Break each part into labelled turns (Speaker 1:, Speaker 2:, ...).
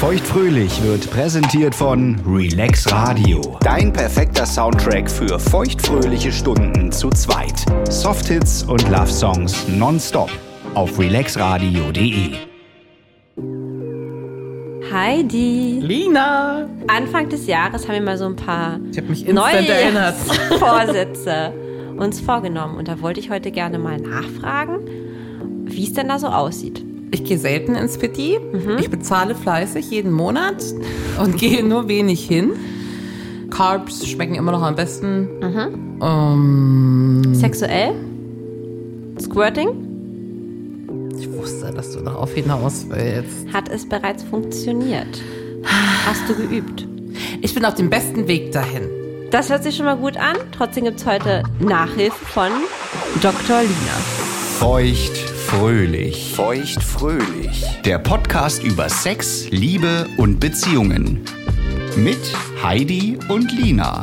Speaker 1: Feuchtfröhlich wird präsentiert von Relax Radio. Dein perfekter Soundtrack für feuchtfröhliche Stunden zu zweit. Softhits und Love Songs nonstop auf relaxradio.de.
Speaker 2: Heidi.
Speaker 3: Lina!
Speaker 2: Anfang des Jahres haben wir mal so ein paar
Speaker 3: Ich habe mich instant erinnert.
Speaker 2: Neujahrsvorsätze uns vorgenommen. Und da wollte ich heute gerne mal nachfragen, wie es denn da so aussieht.
Speaker 3: Ich gehe selten ins Petit.
Speaker 2: Mhm.
Speaker 3: Ich bezahle fleißig jeden Monat und gehe nur wenig hin. Carbs schmecken immer noch am besten. Ähm,
Speaker 2: Sexuell? Squirting?
Speaker 3: ich wusste, dass du darauf hinaus willst.
Speaker 2: Hat es bereits funktioniert? Hast du geübt?
Speaker 3: Ich bin auf dem besten Weg dahin.
Speaker 2: Das hört sich schon mal gut an. Trotzdem gibt es heute Nachhilfe von Dr. Lina.
Speaker 1: Feuchtfröhlich.
Speaker 4: Feuchtfröhlich.
Speaker 1: Der Podcast über Sex, Liebe und Beziehungen. Mit Heidi und Lina.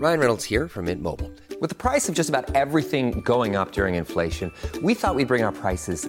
Speaker 4: Ryan Reynolds here from Mint Mobile. With the price of just about everything going up during inflation, we thought we'd bring our prices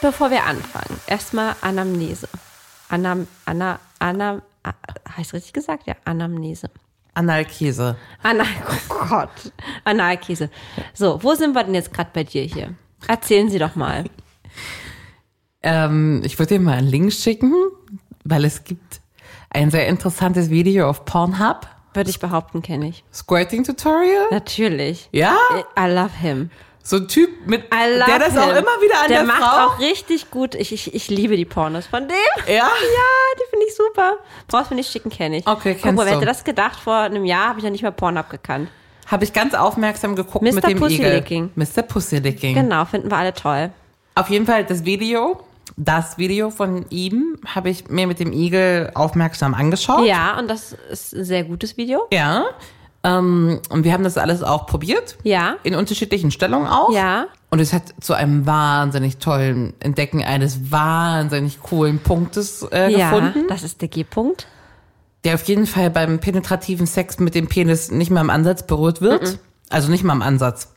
Speaker 2: Bevor wir anfangen, erstmal Anamnese. Anam, Anna, Anam, ah, heißt richtig gesagt, ja, Anamnese.
Speaker 3: Analkäse.
Speaker 2: Anal, oh Gott, Analkäse. So, wo sind wir denn jetzt gerade bei dir hier? Erzählen Sie doch mal.
Speaker 3: Ähm, ich würde dir mal einen Link schicken, weil es gibt ein sehr interessantes Video auf Pornhub.
Speaker 2: Würde ich behaupten, kenne ich.
Speaker 3: Squirting Tutorial.
Speaker 2: Natürlich.
Speaker 3: Ja?
Speaker 2: I love him.
Speaker 3: So ein Typ mit,
Speaker 2: Äh, I love
Speaker 3: der das
Speaker 2: him.
Speaker 3: auch immer wieder an der,
Speaker 2: macht
Speaker 3: Frau.
Speaker 2: auch richtig gut. Ich, ich, ich liebe die Pornos von dem.
Speaker 3: Ja?
Speaker 2: Ja, die finde ich super. Brauchst mir nicht schicken, kenne ich.
Speaker 3: Okay,
Speaker 2: Guck
Speaker 3: kennst
Speaker 2: mal, wer
Speaker 3: du.
Speaker 2: hätte das gedacht? Vor einem Jahr habe ich ja nicht mehr Pornhub gekannt.
Speaker 3: Habe ich ganz aufmerksam geguckt
Speaker 2: Mr.
Speaker 3: mit dem
Speaker 2: Pussylicking.
Speaker 3: Igel. Mr. Pussylicking.
Speaker 2: Genau, finden wir alle toll.
Speaker 3: Auf jeden Fall das Video, das Video von ihm, habe ich mir mit dem Igel aufmerksam angeschaut.
Speaker 2: Ja, und das ist ein sehr gutes Video.
Speaker 3: Ja. Ähm, und wir haben das alles auch probiert.
Speaker 2: Ja.
Speaker 3: In unterschiedlichen Stellungen auch.
Speaker 2: Ja.
Speaker 3: Und es hat zu einem wahnsinnig tollen Entdecken eines wahnsinnig coolen Punktes äh,
Speaker 2: Ja,
Speaker 3: gefunden,
Speaker 2: das ist der G-Punkt.
Speaker 3: der auf jeden Fall beim penetrativen Sex mit dem Penis nicht mal im Ansatz berührt wird. Also nicht mal im Ansatz.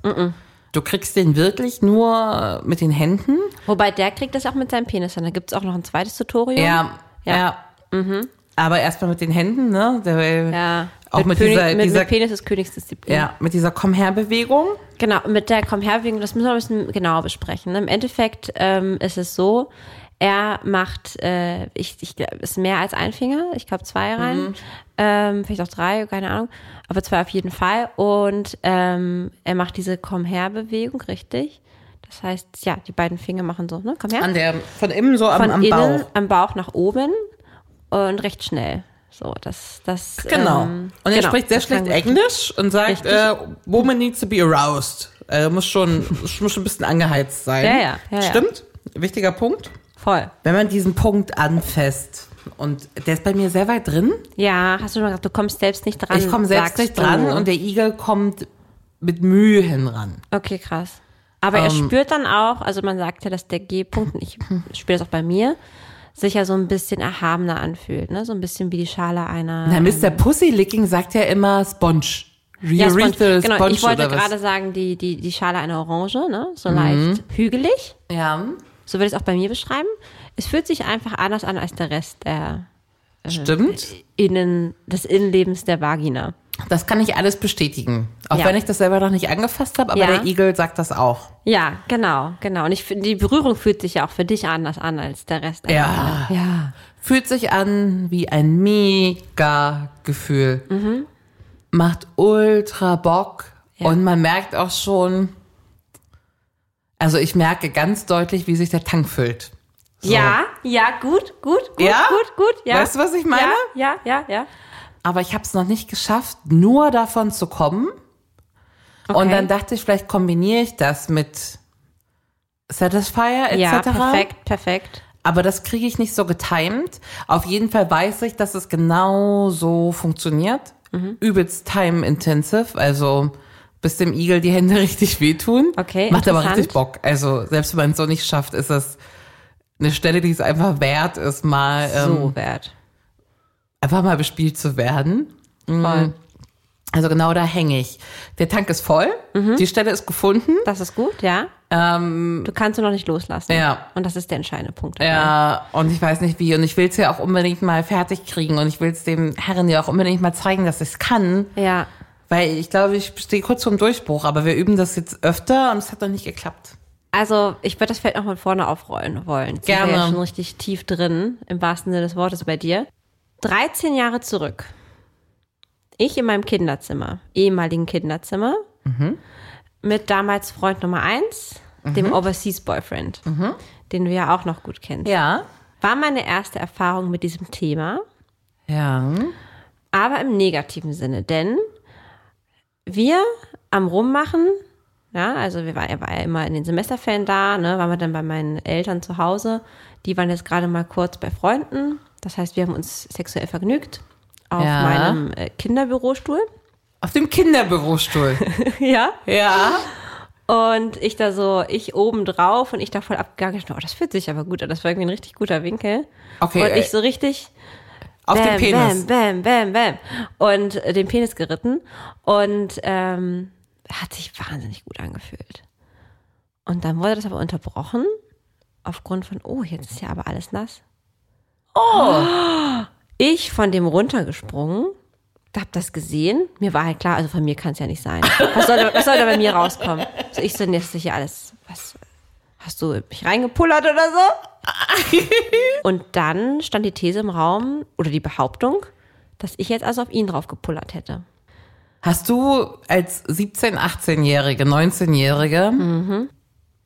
Speaker 3: Du kriegst den wirklich nur mit den Händen.
Speaker 2: Wobei der kriegt das auch mit seinem Penis hin. Da gibt es auch noch ein zweites Tutorial.
Speaker 3: Ja, ja. Mhm. Aber erstmal mit den Händen, ne? Der,
Speaker 2: ja.
Speaker 3: Auch mit,
Speaker 2: König-
Speaker 3: dieser,
Speaker 2: mit,
Speaker 3: dieser
Speaker 2: mit Penis ist Königsdisziplin.
Speaker 3: ja, mit dieser Komm her Bewegung.
Speaker 2: Genau, mit der Komm her, wegen- das müssen wir ein bisschen genauer besprechen. ne? Im Endeffekt ähm, ist es so, er macht, äh, ich, ich glaub, ist mehr als ein Finger, ich glaube
Speaker 3: Mhm.
Speaker 2: zwei rein, ähm, vielleicht auch drei, keine Ahnung, aber zwei auf jeden Fall. Und ähm, er macht diese Komm her Bewegung, richtig? Das heißt, ja, die beiden Finger machen so, ne? Komm her.
Speaker 3: An der, von innen so am,
Speaker 2: Von
Speaker 3: am
Speaker 2: innen,
Speaker 3: Bauch.
Speaker 2: am Bauch nach oben und recht schnell. So, das, das.
Speaker 3: Genau.
Speaker 2: ähm,
Speaker 3: und er
Speaker 2: genau,
Speaker 3: spricht sehr
Speaker 2: das kann
Speaker 3: schlecht
Speaker 2: gut-
Speaker 3: Englisch und sagt,
Speaker 2: Richtig.
Speaker 3: äh, woman needs to be aroused. Äh, muss schon, muss schon ein bisschen angeheizt sein.
Speaker 2: Ja, ja, ja, ja.
Speaker 3: Stimmt. Wichtiger Punkt.
Speaker 2: Voll.
Speaker 3: Wenn man diesen Punkt anfasst und der ist bei mir sehr weit drin.
Speaker 2: Ja, hast du schon mal gesagt, du kommst selbst nicht dran.
Speaker 3: ich komme
Speaker 2: sagst
Speaker 3: selbst nicht
Speaker 2: du.
Speaker 3: dran und der Igel kommt mit Mühe hinran.
Speaker 2: Okay, krass. Aber er
Speaker 3: Ähm.
Speaker 2: spürt dann auch, also man sagt ja, dass der G-Punkt, und ich spüre das auch bei mir, sich ja so ein bisschen erhabener anfühlt, ne? So ein bisschen wie die Schale einer.
Speaker 3: Na, Mr. Pussylicking sagt ja immer Sponge.
Speaker 2: ja, Sponge.
Speaker 3: Urethral
Speaker 2: genau, ich
Speaker 3: Sponge
Speaker 2: wollte
Speaker 3: oder was? Mhm.
Speaker 2: gerade sagen, die, die, die Schale einer Orange, ne? So leicht hügelig.
Speaker 3: Ja,
Speaker 2: So würde ich es auch bei mir beschreiben. Es fühlt sich einfach anders an als der Rest der Äh,
Speaker 3: stimmt.
Speaker 2: Innen, des Innenlebens der Vagina.
Speaker 3: Das kann ich alles bestätigen. Auch
Speaker 2: Ja.
Speaker 3: wenn ich das selber noch nicht angefasst habe, aber
Speaker 2: Ja.
Speaker 3: der Igel sagt das auch.
Speaker 2: Ja, genau, genau. Und ich finde, die Berührung fühlt sich ja auch für dich anders an als der Rest. der
Speaker 3: Ja.
Speaker 2: Vagina. Ja.
Speaker 3: Fühlt sich an wie ein mega Gefühl.
Speaker 2: Mhm.
Speaker 3: Macht ultra Bock. Und man merkt auch schon, also ich merke ganz deutlich, wie sich der Tank füllt. So.
Speaker 2: Ja, ja, gut, gut, gut,
Speaker 3: Ja?
Speaker 2: gut, gut. Ja.
Speaker 3: Weißt du, was ich meine?
Speaker 2: Ja, ja, ja. ja.
Speaker 3: Aber ich habe es noch nicht geschafft, nur davon zu kommen.
Speaker 2: Okay.
Speaker 3: Und dann dachte ich, vielleicht kombiniere ich das mit Satisfier etc.
Speaker 2: Ja, perfekt, perfekt.
Speaker 3: Aber das kriege ich nicht so getimed. Auf jeden Fall weiß ich, dass es genau so funktioniert.
Speaker 2: Mhm.
Speaker 3: Übelst time-intensive, also bis dem Igel die Hände richtig wehtun.
Speaker 2: Okay,
Speaker 3: Macht aber
Speaker 2: interessant.
Speaker 3: richtig Bock. Also selbst wenn man es so nicht schafft, ist das eine Stelle, die es einfach wert ist, mal ähm,
Speaker 2: So wert.
Speaker 3: einfach mal bespielt zu werden.
Speaker 2: Voll.
Speaker 3: Also genau da hänge ich. Der Tank ist voll,
Speaker 2: Mhm.
Speaker 3: die Stelle ist gefunden.
Speaker 2: Das ist gut, ja. du kannst du noch nicht loslassen.
Speaker 3: Ähm. Ja.
Speaker 2: Und das ist der entscheidende Punkt.
Speaker 3: Ja, Äh, und ich weiß nicht wie. Und ich will es ja auch unbedingt mal fertig kriegen. Und ich will es dem Herren ja auch unbedingt mal zeigen, dass ich es kann.
Speaker 2: Ja.
Speaker 3: Weil ich glaube, ich stehe kurz vorm Durchbruch. Aber wir üben das jetzt öfter und es hat noch nicht geklappt.
Speaker 2: Also, ich würde das Feld noch mal vorne aufrollen wollen. Jetzt Sind
Speaker 3: Gerne.
Speaker 2: wir ja schon richtig tief drin, im wahrsten Sinne des Wortes bei dir. 13 Jahre zurück. Ich in meinem Kinderzimmer, ehemaligen Kinderzimmer,
Speaker 3: Mhm.
Speaker 2: mit damals Freund Nummer 1, dem Overseas Boyfriend, den du ja auch noch gut kennst.
Speaker 3: Mhm. Ja.
Speaker 2: War meine erste Erfahrung mit diesem Thema.
Speaker 3: Ja.
Speaker 2: aber im negativen Sinne, denn wir am Rummachen, ja, also wir war, er war ja immer in den Semesterferien da, ne, waren wir dann bei meinen Eltern zu Hause, die waren jetzt gerade mal kurz bei Freunden, das heißt, wir haben uns sexuell vergnügt auf
Speaker 3: Ja.
Speaker 2: meinem äh, Kinderbürostuhl,
Speaker 3: Auf dem Kinderbürostuhl.
Speaker 2: ja,
Speaker 3: ja.
Speaker 2: und ich da so, ich oben drauf und ich da voll abgegangen, ich dachte, oh, das fühlt sich aber gut an, das war irgendwie ein richtig guter Winkel
Speaker 3: Okay,
Speaker 2: und
Speaker 3: ey.
Speaker 2: ich so richtig
Speaker 3: Auf dem Penis.
Speaker 2: Bam, bam, bam, bam. Und äh, den Penis geritten. Und ähm, hat sich wahnsinnig gut angefühlt. Und dann wurde das aber unterbrochen. Aufgrund von, oh, jetzt ist ja aber alles nass. Oh! Ich von dem runtergesprungen, hab das gesehen. Mir war halt klar, also von mir kann es ja nicht sein. Was soll, da, was soll da bei mir rauskommen? So, ich so, nee, das ist hier alles, was, hast du mich reingepullert oder so? Und dann stand die These im Raum oder die Behauptung, dass ich jetzt also auf ihn drauf gepullert hätte.
Speaker 3: Hast du als 17-, 18-Jährige, 19-Jährige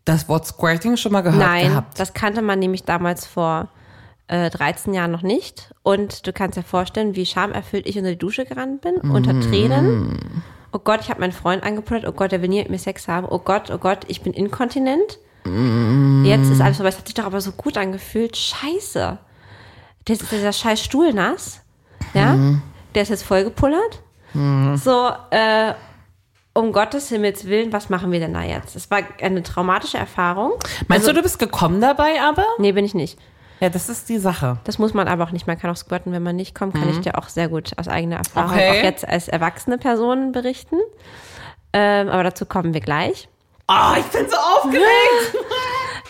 Speaker 3: das Wort Squirting schon mal gehört
Speaker 2: Nein,
Speaker 3: gehabt?
Speaker 2: das kannte man nämlich damals vor äh, 13 Jahren noch nicht. Und du kannst dir vorstellen, wie schamerfüllt ich unter die Dusche gerannt bin,
Speaker 3: Mhm.
Speaker 2: unter Tränen. Oh Gott, ich habe meinen Freund angepullert. Oh Gott, der will nie mit mir Sex haben. Oh Gott, oh Gott, ich bin inkontinent.
Speaker 3: Mhm.
Speaker 2: Jetzt ist alles vorbei. Es hat sich doch aber so gut angefühlt. Scheiße. Jetzt ist dieser scheiß Stuhl nass. Ja?
Speaker 3: Mhm.
Speaker 2: Der ist jetzt vollgepullert. So, äh, um Gottes Himmels Willen, was machen wir denn da jetzt? Es war eine traumatische Erfahrung.
Speaker 3: Meinst
Speaker 2: Also
Speaker 3: du, du bist gekommen dabei aber?
Speaker 2: Nee, bin ich nicht.
Speaker 3: Ja, das ist die Sache.
Speaker 2: Das muss man aber auch nicht. Man kann auch squirten, wenn man nicht kommt, kann ich dir auch sehr gut aus eigener Erfahrung
Speaker 3: Okay.
Speaker 2: auch jetzt als erwachsene Person berichten. Ähm, aber dazu kommen wir gleich. Ah,
Speaker 3: Oh, ich bin so aufgeregt.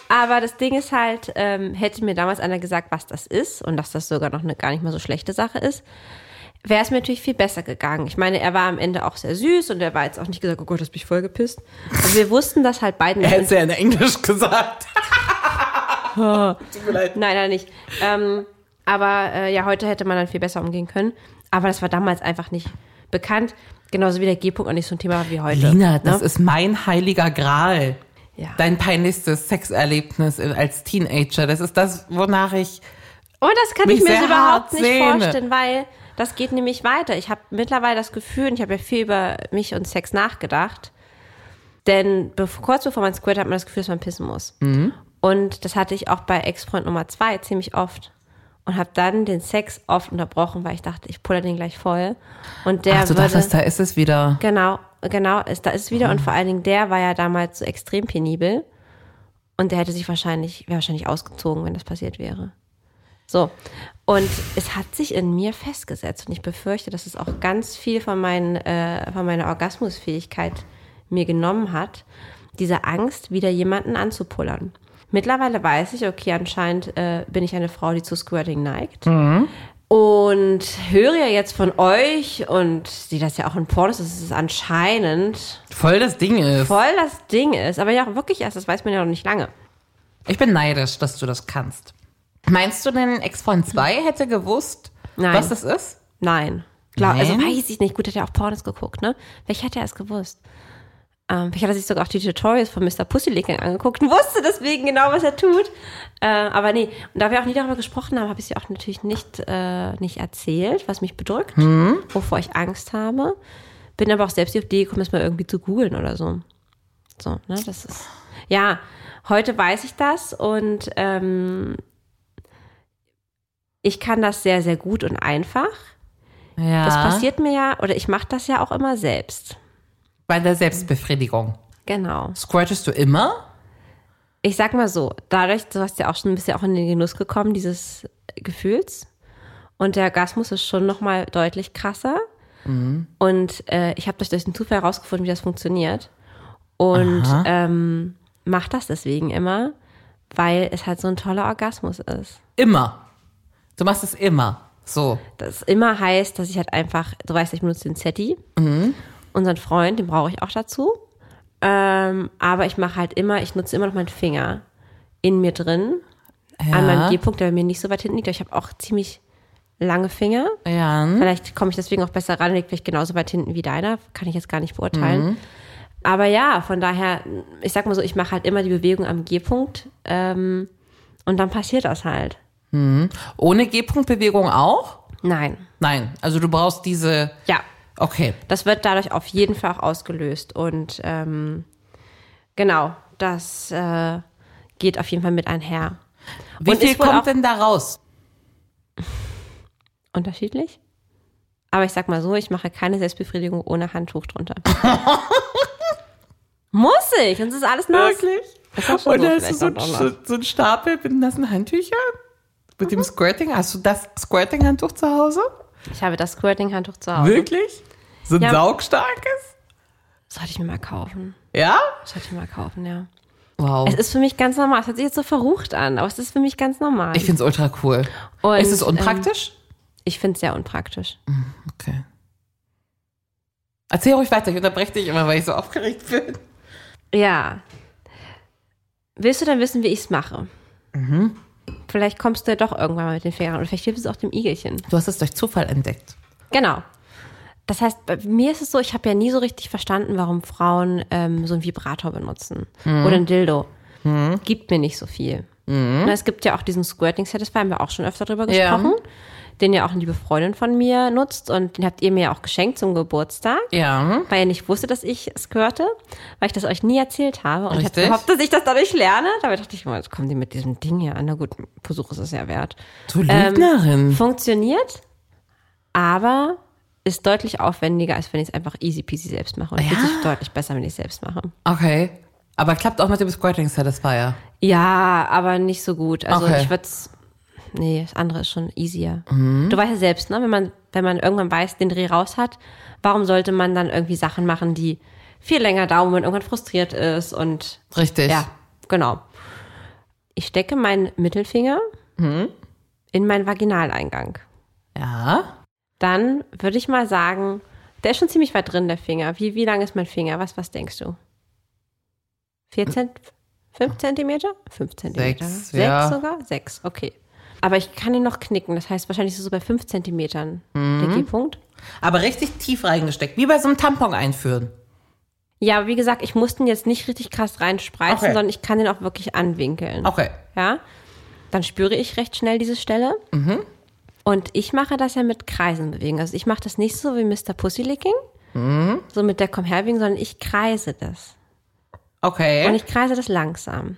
Speaker 2: Aber das Ding ist halt, ähm, hätte mir damals einer gesagt, was das ist und dass das sogar noch eine gar nicht mal so schlechte Sache ist, wäre es mir natürlich viel besser gegangen. Ich meine, er war am Ende auch sehr süß und er war jetzt auch nicht gesagt, oh Gott, das bin ich voll gepisst. Also wir wussten das halt beiden.
Speaker 3: er hätte es ja in Englisch gesagt.
Speaker 2: Nein, nein, nicht. Ähm, aber äh, ja, heute hätte man dann viel besser umgehen können. Aber das war damals einfach nicht bekannt. Genauso wie der G-Punkt auch nicht so ein Thema war wie heute.
Speaker 3: Lina, das
Speaker 2: Ne?
Speaker 3: ist mein heiliger Gral.
Speaker 2: Ja.
Speaker 3: Dein peinlichstes Sexerlebnis in- als Teenager. Das ist das, wonach ich.
Speaker 2: Und Oh, das kann
Speaker 3: mich
Speaker 2: ich mir
Speaker 3: sehr
Speaker 2: jetzt überhaupt
Speaker 3: hart
Speaker 2: nicht
Speaker 3: sehne.
Speaker 2: vorstellen, weil das geht nämlich weiter. Ich habe mittlerweile das Gefühl, und ich habe ja viel über mich und Sex nachgedacht. Denn bev- kurz bevor man squirt, hat man das Gefühl, dass man pissen muss.
Speaker 3: Mhm.
Speaker 2: Und das hatte ich auch bei Ex-Freund Nummer zwei ziemlich oft. Und habe dann den Sex oft unterbrochen, weil ich dachte, ich pulle den gleich voll. Und der
Speaker 3: Ach, du
Speaker 2: würde,
Speaker 3: dachtest, da ist es wieder.
Speaker 2: Genau, genau, ist, da ist wieder. Und vor allen Dingen, der war ja damals so extrem penibel. Und der hätte sich wahrscheinlich, wäre wahrscheinlich ausgezogen, wenn das passiert wäre. So. Und es hat sich in mir festgesetzt. Und ich befürchte, dass es auch ganz viel von, meinen, äh, von meiner Orgasmusfähigkeit mir genommen hat. Diese Angst, wieder jemanden anzupullern. Mittlerweile weiß ich, okay, anscheinend äh, bin ich eine Frau, die zu Squirting neigt. Und höre ja jetzt von euch und sehe das ja auch in Pornos, dass es anscheinend
Speaker 3: Voll das Ding ist.
Speaker 2: voll das Ding ist. Aber ja, auch wirklich erst, das weiß man ja noch nicht lange.
Speaker 3: Ich bin neidisch, dass du das kannst. Meinst du denn, Ex von 2 hätte gewusst,
Speaker 2: Nein.
Speaker 3: was das ist?
Speaker 2: Nein. Klar, also
Speaker 3: Nein?
Speaker 2: weiß ich nicht. Gut, hat er auch Pornos geguckt, ne? Welcher hätte er es gewusst? Ähm, vielleicht hat er sich sogar auch die Tutorials von Mr. Pussylicking angeguckt und wusste deswegen genau, was er tut. Äh, aber nee, und da wir auch nie darüber gesprochen haben, habe ich sie auch natürlich nicht, äh, nicht erzählt, was mich bedrückt, wovor ich Angst habe. Bin aber auch selbst auf die Idee gekommen, es mal irgendwie zu googeln oder so. So, ne, das ist. Ja, Heute weiß ich das und ähm, ich kann das sehr, sehr gut und einfach.
Speaker 3: Ja.
Speaker 2: Das passiert mir ja, oder ich mache das ja auch immer selbst.
Speaker 3: bei der Selbstbefriedigung.
Speaker 2: Genau.
Speaker 3: Squirtest du immer?
Speaker 2: Ich sag mal so, dadurch, du hast ja auch schon ein bisschen auch in den Genuss gekommen, dieses Gefühls. Und der Orgasmus ist schon nochmal deutlich krasser. Und äh, ich habe durch den Zufall herausgefunden, wie das funktioniert. Und ähm, mach das deswegen immer, weil es halt so ein toller Orgasmus ist.
Speaker 3: Immer. Du machst es immer. So.
Speaker 2: Das immer heißt, dass ich halt einfach, du weißt, ich benutze den Zetti, unseren Freund, den brauche ich auch dazu. Ähm, aber ich mache halt immer, ich nutze immer noch meinen Finger in mir drin, an meinem G-Punkt, der bei mir nicht so weit hinten liegt. aber Ich habe auch ziemlich lange Finger.
Speaker 3: Mhm. Ja.
Speaker 2: Vielleicht komme ich deswegen auch besser ran, liegt vielleicht genauso weit hinten wie deiner, kann ich jetzt gar nicht beurteilen. Aber ja, von daher, ich sag mal so, ich mache halt immer die Bewegung am G-Punkt ähm, und dann passiert das halt.
Speaker 3: Ohne G-Punkt-Bewegung auch?
Speaker 2: Nein.
Speaker 3: Nein. Also du brauchst diese.
Speaker 2: Ja,
Speaker 3: Okay.
Speaker 2: das wird dadurch auf jeden Fall auch ausgelöst. Und ähm, genau, das äh, geht auf jeden Fall mit einher.
Speaker 3: Wie
Speaker 2: Und
Speaker 3: viel
Speaker 2: ist wohl auch-
Speaker 3: kommt denn da raus?
Speaker 2: Unterschiedlich? Aber ich sag mal so, ich mache keine Selbstbefriedigung ohne Handtuch drunter. Muss ich, sonst ist alles nass. Ist auch schon
Speaker 3: Und da
Speaker 2: vielleicht
Speaker 3: hast du so,
Speaker 2: auch noch nass.
Speaker 3: ein- so einen Stapel mit nassen Handtüchern? Mit dem Squirting? Hast du das Squirting-Handtuch zu Hause?
Speaker 2: Ich habe das Squirting-Handtuch zu Hause.
Speaker 3: Wirklich? So ein
Speaker 2: Ja.
Speaker 3: saugstarkes?
Speaker 2: Sollte ich mir mal kaufen.
Speaker 3: Ja?
Speaker 2: Sollte ich mir mal kaufen, ja.
Speaker 3: Wow.
Speaker 2: Es ist für mich ganz normal. Es hört sich jetzt so verrucht an, aber es ist für mich ganz normal.
Speaker 3: Ich finde es ultra cool.
Speaker 2: Und, ähm,
Speaker 3: ist es unpraktisch?
Speaker 2: ich finde es sehr unpraktisch.
Speaker 3: okay. Erzähl ruhig weiter, ich unterbreche dich immer, weil ich so aufgeregt bin.
Speaker 2: Ja. Willst du dann wissen, wie ich es mache? Vielleicht kommst du ja doch irgendwann mal mit den Fingern oder vielleicht hilft es auch dem Igelchen.
Speaker 3: Du hast es durch Zufall entdeckt.
Speaker 2: Genau. Das heißt, bei mir ist es so, ich habe ja nie so richtig verstanden, warum Frauen ähm, so einen Vibrator benutzen oder ein Dildo. Gibt mir nicht so viel. Na, es gibt ja auch diesen Squirting Satisfier, haben wir auch schon öfter drüber
Speaker 3: Ja.
Speaker 2: gesprochen, den ja auch eine liebe Freundin von mir nutzt und den habt ihr mir ja auch geschenkt zum Geburtstag
Speaker 3: Ja.
Speaker 2: weil ihr nicht wusstet, dass ich squirte, weil ich das euch nie erzählt habe. Und ich
Speaker 3: Richtig.
Speaker 2: habe gehofft, dass ich das dadurch lerne. Dabei dachte ich, jetzt kommen die mit diesem Ding hier an. Na gut, ein Versuch ist es ja wert. Ähm,
Speaker 3: Du Lügnerin.
Speaker 2: Funktioniert, aber ist deutlich aufwendiger, als wenn ich es einfach easy peasy selbst mache. Und fühlt sich deutlich besser, wenn ich es selbst mache.
Speaker 3: okay. Aber klappt auch mit dem Squirting Satisfier.
Speaker 2: Ja, aber nicht so gut. Also
Speaker 3: Okay.
Speaker 2: ich würde es. Nee, das andere ist schon easier. Du weißt ja selbst, ne? Wenn man, wenn man irgendwann weiß, den Dreh raus hat, warum sollte man dann irgendwie Sachen machen, die viel länger dauern, wo man irgendwann frustriert ist und
Speaker 3: Richtig.
Speaker 2: ja, genau. Ich stecke meinen Mittelfinger in meinen Vaginaleingang.
Speaker 3: Ja.
Speaker 2: Dann würde ich mal sagen, der ist schon ziemlich weit drin, der Finger. Wie, wie lang ist mein Finger? Was, was denkst du? Vier Zent fünf Zentimeter? Fünf Zentimeter.
Speaker 3: Sechs,
Speaker 2: Sechs
Speaker 3: ja.
Speaker 2: sogar? Sechs, okay. Aber ich kann ihn noch knicken. Das heißt, wahrscheinlich ist es so bei fünf Zentimetern
Speaker 3: Mhm.
Speaker 2: der G-Punkt.
Speaker 3: Aber richtig tief reingesteckt, wie bei so einem Tampon einführen.
Speaker 2: Ja, aber wie gesagt, ich musste ihn jetzt nicht richtig krass reinspreizen,
Speaker 3: Okay.
Speaker 2: sondern ich kann den auch wirklich anwinkeln.
Speaker 3: Okay.
Speaker 2: Ja? Dann spüre ich recht schnell diese Stelle.
Speaker 3: Mhm.
Speaker 2: Und ich mache das ja mit Kreisen bewegen. Also ich mache das nicht so wie Mr. Pussylicking,
Speaker 3: Mhm.
Speaker 2: so mit der Komm herwegen, sondern ich kreise das.
Speaker 3: Okay.
Speaker 2: Und ich kreise das langsam.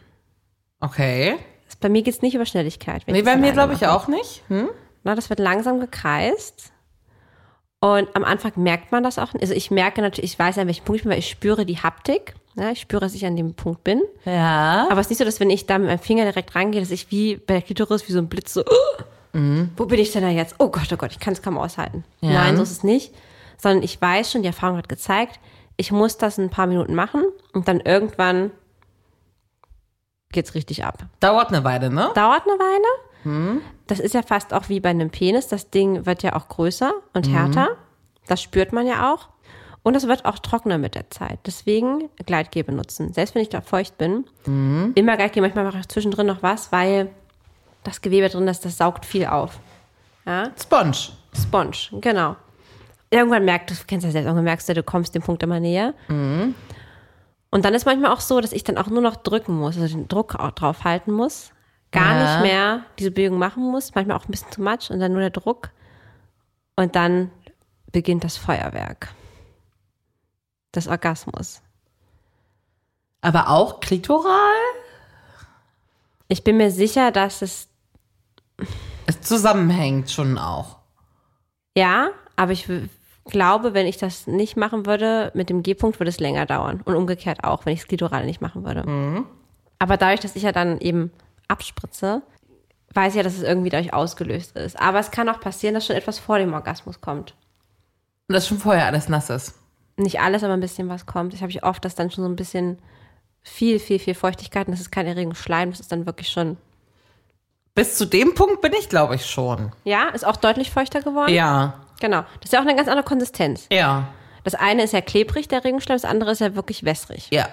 Speaker 3: okay.
Speaker 2: Das, bei mir geht es nicht über Schnelligkeit. wenn
Speaker 3: Nee,
Speaker 2: ich
Speaker 3: bei
Speaker 2: das
Speaker 3: mir
Speaker 2: alleine
Speaker 3: glaube ich
Speaker 2: mache.
Speaker 3: auch nicht. Hm?
Speaker 2: Na, Ne, das wird langsam gekreist. Und am Anfang merkt man das auch. Also ich merke natürlich, ich weiß ja, an welchem Punkt ich bin, weil ich spüre die Haptik. Ja, ich spüre, dass ich an dem Punkt bin.
Speaker 3: Ja.
Speaker 2: Aber es ist nicht so, dass wenn ich da mit meinem Finger direkt rangehe, dass ich wie bei der Klitoris wie so ein Blitz so, "Uh, wo bin ich denn da jetzt? Oh Gott, oh Gott, ich kann es kaum aushalten. Nein, so ist es nicht. Sondern ich weiß schon, die Erfahrung hat gezeigt, ich muss das ein paar Minuten machen und dann irgendwann geht's richtig ab.
Speaker 3: Dauert eine Weile, ne?
Speaker 2: Dauert eine Weile. Das ist ja fast auch wie bei einem Penis. Das Ding wird ja auch größer und härter. Das spürt man ja auch. Und es wird auch trockener mit der Zeit. Deswegen Gleitgel benutzen. Selbst wenn ich da feucht bin, immer Gleitgel. Manchmal mache ich zwischendrin noch was, weil das Gewebe drin ist, das saugt viel auf.
Speaker 3: Sponge.
Speaker 2: Sponge, genau. Irgendwann merkt du, kennst ja selbst, irgendwann merkst du, du kommst dem Punkt immer näher. Und dann ist manchmal auch so, dass ich dann auch nur noch drücken muss, also den Druck auch drauf halten muss, gar
Speaker 3: Ja.
Speaker 2: nicht mehr diese Bewegung machen muss, manchmal auch ein bisschen too much und dann nur der Druck. Und dann beginnt das Feuerwerk. Des Orgasmus.
Speaker 3: Aber auch klitoral?
Speaker 2: Ich bin mir sicher, dass es
Speaker 3: Es zusammenhängt schon auch.
Speaker 2: ja, aber ich w- glaube, wenn ich das nicht machen würde, mit dem G-Punkt würde es länger dauern. Und umgekehrt auch, wenn ich das Glitoral nicht machen würde. Aber dadurch, dass ich ja dann eben abspritze, weiß ich ja, dass es irgendwie dadurch ausgelöst ist. Aber es kann auch passieren, dass schon etwas vor dem Orgasmus kommt.
Speaker 3: Und das schon vorher alles nass ist.
Speaker 2: Nicht alles, aber ein bisschen was kommt. Ich habe ich oft, dass dann schon so ein bisschen viel, viel, viel Feuchtigkeit und das ist kein Erregungsschleim, das ist dann wirklich schon.
Speaker 3: Bis zu dem Punkt bin ich, glaube ich, schon.
Speaker 2: Ja, ist auch deutlich feuchter geworden.
Speaker 3: Ja.
Speaker 2: Genau. Das ist ja auch eine ganz andere Konsistenz.
Speaker 3: Ja.
Speaker 2: Das eine ist ja klebrig, der Regenschleim, das andere ist ja wirklich wässrig.
Speaker 3: Ja.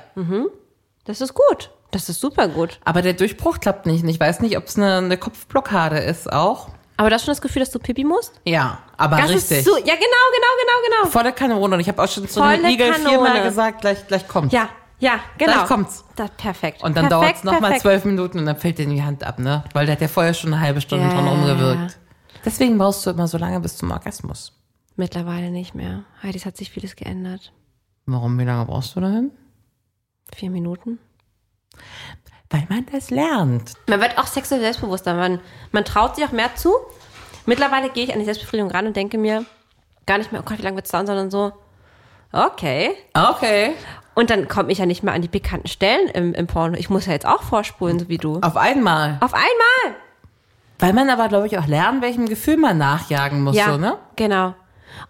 Speaker 2: Das ist gut. Das ist super gut.
Speaker 3: Aber der Durchbruch klappt nicht. Und Ich weiß nicht, ob es eine, eine Kopfblockade ist auch.
Speaker 2: Aber du hast schon das Gefühl, dass du Pipi musst?
Speaker 3: Ja, aber
Speaker 2: Das
Speaker 3: richtig.
Speaker 2: ist so. Ja, genau, genau, genau, genau.
Speaker 3: Volle Kanone. Und ich habe auch schon zu einem
Speaker 2: Volle
Speaker 3: Igel
Speaker 2: Kanone.
Speaker 3: viermal gesagt, gleich, gleich kommt.
Speaker 2: Ja, ja, genau.
Speaker 3: Gleich kommt's.
Speaker 2: Das, perfekt.
Speaker 3: Und dann dauert
Speaker 2: Perfekt,
Speaker 3: es nochmal
Speaker 2: perfekt.
Speaker 3: zwölf Minuten und dann fällt dir die Hand ab, ne? Weil der hat ja vorher schon eine halbe Stunde
Speaker 2: Ja,
Speaker 3: dran
Speaker 2: ja,
Speaker 3: rumgewirkt. Deswegen brauchst du immer so lange bis zum Orgasmus.
Speaker 2: Mittlerweile nicht mehr. Heidis hat sich vieles geändert.
Speaker 3: Warum? Wie lange brauchst du dahin?
Speaker 2: Vier Minuten.
Speaker 3: Weil man das lernt.
Speaker 2: Man wird auch sexuell selbstbewusster. Man, man traut sich auch mehr zu. Mittlerweile gehe ich an die Selbstbefriedigung ran und denke mir gar nicht mehr, oh Gott, wie lange wird's dauern, sondern so, okay.
Speaker 3: Okay.
Speaker 2: Und dann komme ich ja nicht mehr an die pikanten Stellen im, im Porno. Ich muss ja jetzt auch vorspulen, so wie du.
Speaker 3: Auf einmal.
Speaker 2: Auf einmal!
Speaker 3: Weil man aber, glaube ich, auch lernt, welchem Gefühl man nachjagen muss,
Speaker 2: Ja,
Speaker 3: so, ne?
Speaker 2: genau.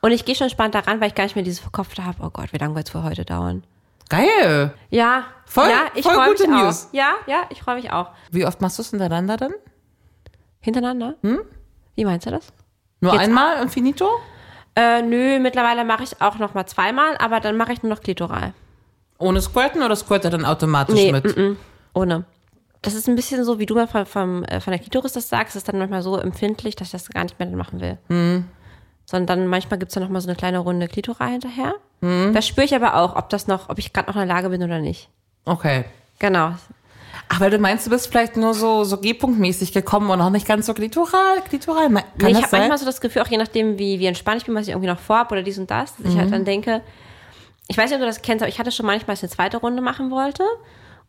Speaker 2: Und ich gehe schon spannend daran, weil ich gar nicht mehr dieses Verkopfte habe. Oh Gott, wie lange wird's wohl heute dauern?
Speaker 3: Geil.
Speaker 2: Ja,
Speaker 3: Voll-
Speaker 2: ja, ich
Speaker 3: voll
Speaker 2: freue mich
Speaker 3: gute News.
Speaker 2: auch. Ja, ja, ich freue mich auch.
Speaker 3: Wie oft machst du es hintereinander dann?
Speaker 2: Hintereinander? Hm? Wie meinst du das?
Speaker 3: Nur
Speaker 2: Jetzt-
Speaker 3: einmal und finito?
Speaker 2: Äh, nö, mittlerweile mache ich auch noch mal zweimal, aber dann mache ich nur noch Klitoral.
Speaker 3: Ohne Squirten oder squirt er dann automatisch
Speaker 2: Nee,
Speaker 3: mit?
Speaker 2: mm, mm, ohne. Das ist ein bisschen so, wie du mal von, vom, äh, von der Klitoris das sagst, ist dann manchmal so empfindlich, dass ich das gar nicht mehr machen will.
Speaker 3: Hm.
Speaker 2: Sondern dann manchmal gibt's dann noch mal so eine kleine Runde Klitoral hinterher.
Speaker 3: Hm.
Speaker 2: Da spüre ich aber auch, ob das noch, ob ich gerade noch in der Lage bin oder nicht.
Speaker 3: Okay.
Speaker 2: Genau.
Speaker 3: Ach, weil du meinst, du bist vielleicht nur so, so G-Punkt-mäßig gekommen und auch nicht ganz so glitoral, glitoral. Me- Kann
Speaker 2: Nee, ich
Speaker 3: das
Speaker 2: habe
Speaker 3: sein?
Speaker 2: manchmal so das Gefühl, auch je nachdem, wie, wie entspannt ich bin, was ich irgendwie noch vorhab oder dies und das, dass ich
Speaker 3: Mhm.
Speaker 2: halt dann denke, ich weiß nicht, ob du das kennst, aber ich hatte schon manchmal, dass ich eine zweite Runde machen wollte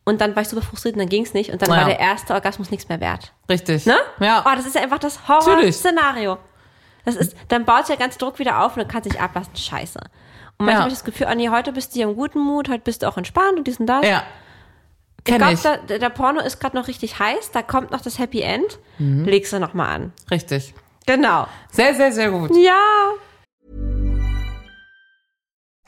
Speaker 2: und dann war ich super frustriert und dann ging's nicht und dann
Speaker 3: Ja.
Speaker 2: war der erste Orgasmus nichts mehr wert.
Speaker 3: Richtig.
Speaker 2: Ne?
Speaker 3: Ja.
Speaker 2: Oh, das ist ja einfach das
Speaker 3: Natürlich.
Speaker 2: Horror-Szenario. Das ist, dann baut sich der ganze Druck wieder auf und du kannst dich ablassen. Scheiße. Und manchmal
Speaker 3: Ja.
Speaker 2: habe ich das Gefühl, oh nee, heute bist du ja im guten Mut, heute bist du auch entspannt und dies und das.
Speaker 3: ja.
Speaker 2: ich
Speaker 3: Kenn
Speaker 2: glaube,
Speaker 3: ich.
Speaker 2: da, der Porno ist gerade noch richtig heiß, da kommt noch das Happy End,
Speaker 3: Mhm.
Speaker 2: legst du nochmal an.
Speaker 3: Richtig.
Speaker 2: Genau.
Speaker 3: Sehr, sehr, sehr gut.
Speaker 2: Ja.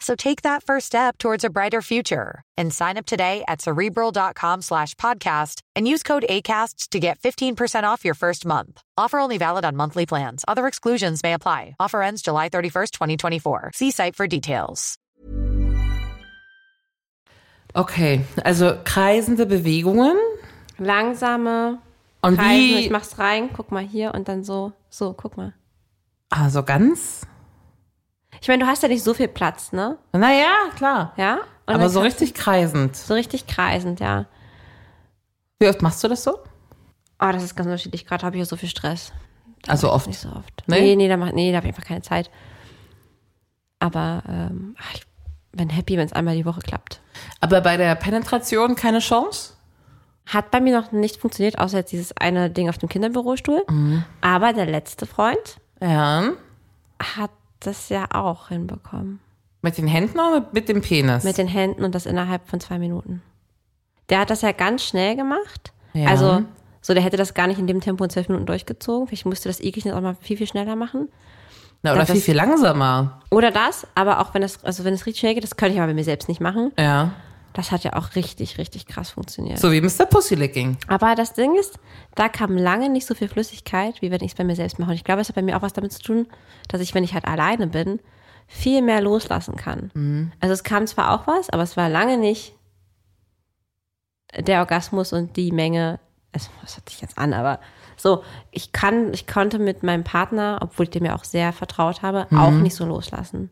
Speaker 5: So take that first step towards a brighter future and sign up today at cerebral.com slash podcast and use code ACAST to get 15% off your first month. Offer only valid on monthly plans. Other exclusions may apply. Offer ends July 31st, 2024. See site for details.
Speaker 3: Okay. Also kreisende Bewegungen.
Speaker 2: Langsame
Speaker 3: Und
Speaker 2: Kreisen.
Speaker 3: wie.
Speaker 2: Ich mach's rein, guck mal hier und dann so, so, guck mal.
Speaker 3: also ganz.
Speaker 2: Ich meine, du hast ja nicht so viel Platz, ne?
Speaker 3: Naja, klar.
Speaker 2: Ja? Und
Speaker 3: aber
Speaker 2: dann
Speaker 3: so
Speaker 2: kannst-
Speaker 3: richtig kreisend.
Speaker 2: So richtig kreisend, ja.
Speaker 3: Wie oft machst du das so?
Speaker 2: Oh, das ist ganz unterschiedlich. Gerade habe ich ja so viel Stress.
Speaker 3: Also oft.
Speaker 2: Nicht so oft.
Speaker 3: Nee?
Speaker 2: Nee, nee, da, mach- nee, da habe ich einfach keine Zeit. Aber ähm, ach, ich bin happy, wenn es einmal die Woche klappt.
Speaker 3: Aber bei der Penetration keine Chance?
Speaker 2: Hat bei mir noch nicht funktioniert, außer jetzt dieses
Speaker 3: Mhm.
Speaker 2: eine Ding auf dem Kinderbürostuhl. Aber der letzte Freund
Speaker 3: Ja.
Speaker 2: hat das ja auch hinbekommen.
Speaker 3: Mit den Händen oder mit dem Penis?
Speaker 2: Mit den Händen und das innerhalb von zwei Minuten. Der hat das ja ganz schnell gemacht.
Speaker 3: Ja.
Speaker 2: Also, so, der hätte das gar nicht in dem Tempo in zwölf Minuten durchgezogen. Vielleicht musste das Igelchen auch mal viel, viel schneller machen.
Speaker 3: Na, oder
Speaker 2: das-
Speaker 3: viel, viel langsamer.
Speaker 2: Oder das, aber auch wenn das, also wenn es richtig schnell geht, das könnte ich aber bei mir selbst nicht machen.
Speaker 3: Ja.
Speaker 2: Das hat ja auch richtig, richtig krass funktioniert.
Speaker 3: So wie Mr. Pussy Licking.
Speaker 2: Aber das Ding ist, da kam lange nicht so viel Flüssigkeit, wie wenn ich es bei mir selbst mache. Und ich glaube, es hat bei mir auch was damit zu tun, dass ich, wenn ich halt alleine bin, viel mehr loslassen kann. Also es kam zwar auch was, aber es war lange nicht der Orgasmus und die Menge. Also, das hört sich jetzt an, aber so, ich kann, ich konnte mit meinem Partner, obwohl ich dem ja auch sehr vertraut habe, auch nicht so loslassen.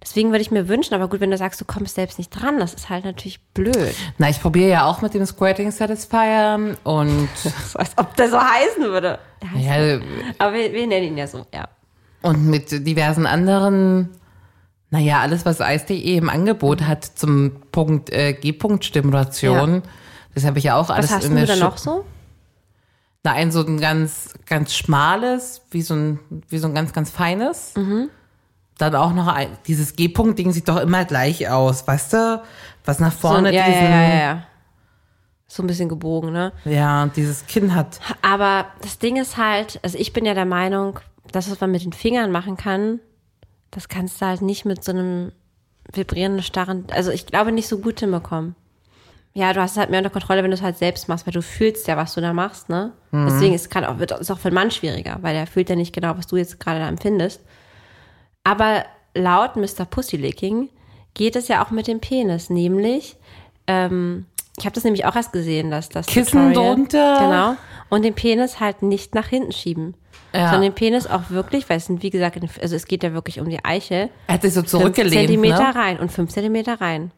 Speaker 2: Deswegen würde ich mir wünschen, aber gut, wenn du sagst, du kommst selbst nicht dran, das ist halt natürlich blöd.
Speaker 3: Na, ich probiere ja auch mit dem Squirting Satisfier und
Speaker 2: So, als ob der so heißen würde. Der heißt
Speaker 3: ja,
Speaker 2: Aber wir, wir nennen ihn ja so, ja.
Speaker 3: und mit diversen anderen, naja, alles, was Eis.de im Angebot hat zum Punkt äh, G-Punkt-Stimulation. Das habe ich ja auch alles
Speaker 2: Was hast
Speaker 3: in
Speaker 2: du
Speaker 3: der
Speaker 2: da
Speaker 3: Schu-
Speaker 2: noch so?
Speaker 3: Na, ein so ein ganz, ganz schmales, wie so ein, wie so ein ganz, ganz feines. Dann auch noch ein, dieses G-Punkt-Ding sieht doch immer gleich aus, weißt du? Was nach
Speaker 2: So ein-
Speaker 3: vorne
Speaker 2: ja,
Speaker 3: diesen,
Speaker 2: ja, ja, ja. So ein bisschen gebogen, ne?
Speaker 3: ja, dieses Kinn hat.
Speaker 2: Aber das Ding ist halt, also ich bin ja der Meinung, das, was man mit den Fingern machen kann, das kannst du halt nicht mit so einem vibrierenden, starren, also ich glaube nicht so gut hinbekommen. Ja, du hast es halt mehr unter Kontrolle, wenn du es halt selbst machst, weil du fühlst ja, was du da machst, ne?
Speaker 3: Mhm.
Speaker 2: Deswegen ist kann auch, wird, ist auch für einen Mann schwieriger, weil der fühlt ja nicht genau, was du jetzt gerade da empfindest. Aber laut Mr. Pussylicking geht es ja auch mit dem Penis, nämlich, ähm, ich habe das nämlich auch erst gesehen, dass das
Speaker 3: Kissen
Speaker 2: Tutorial-
Speaker 3: drunter.
Speaker 2: Genau. Und den Penis halt nicht nach hinten schieben.
Speaker 3: Ja.
Speaker 2: Sondern den Penis auch wirklich, weil es sind, wie gesagt, also es geht ja wirklich um die Eichel.
Speaker 3: Er hat sich so zurückgelehnt.
Speaker 2: Fünf Zentimeter
Speaker 3: ne?
Speaker 2: rein und fünf Zentimeter rein.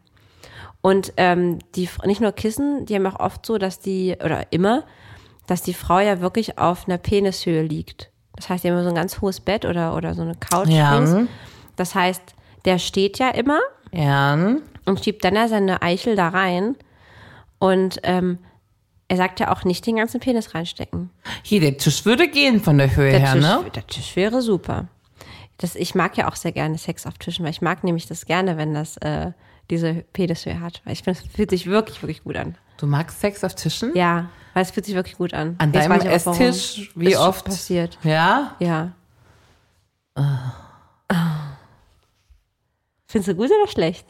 Speaker 2: Und ähm, die Fr- nicht nur Kissen, die haben auch oft so, dass die, oder immer, dass die Frau ja wirklich auf einer Penishöhe liegt. Das heißt, die haben immer so ein ganz hohes Bett oder, oder so eine Couch.
Speaker 3: Ja.
Speaker 2: links. Das heißt, der steht ja immer
Speaker 3: Ja.
Speaker 2: und schiebt dann ja seine Eichel da rein. Und ähm, er sagt ja auch nicht den ganzen Penis reinstecken.
Speaker 3: Hier, der Tisch würde gehen von der Höhe
Speaker 2: Der,
Speaker 3: her,
Speaker 2: Tisch,
Speaker 3: ne?
Speaker 2: der Tisch wäre super. Das, ich mag ja auch sehr gerne Sex auf Tischen, weil ich mag nämlich das gerne, wenn das äh, diese Penishöhe hat. Weil ich finde, es fühlt sich wirklich, wirklich gut an.
Speaker 3: Du magst Sex auf Tischen?
Speaker 2: Ja, weil es fühlt sich wirklich gut an.
Speaker 3: An
Speaker 2: Jetzt
Speaker 3: deinem
Speaker 2: weiß ich auch, warum.
Speaker 3: Esstisch? Wie
Speaker 2: Ist schon
Speaker 3: oft?
Speaker 2: passiert.
Speaker 3: Ja?
Speaker 2: Ja. Ah. Findest du gut oder schlecht?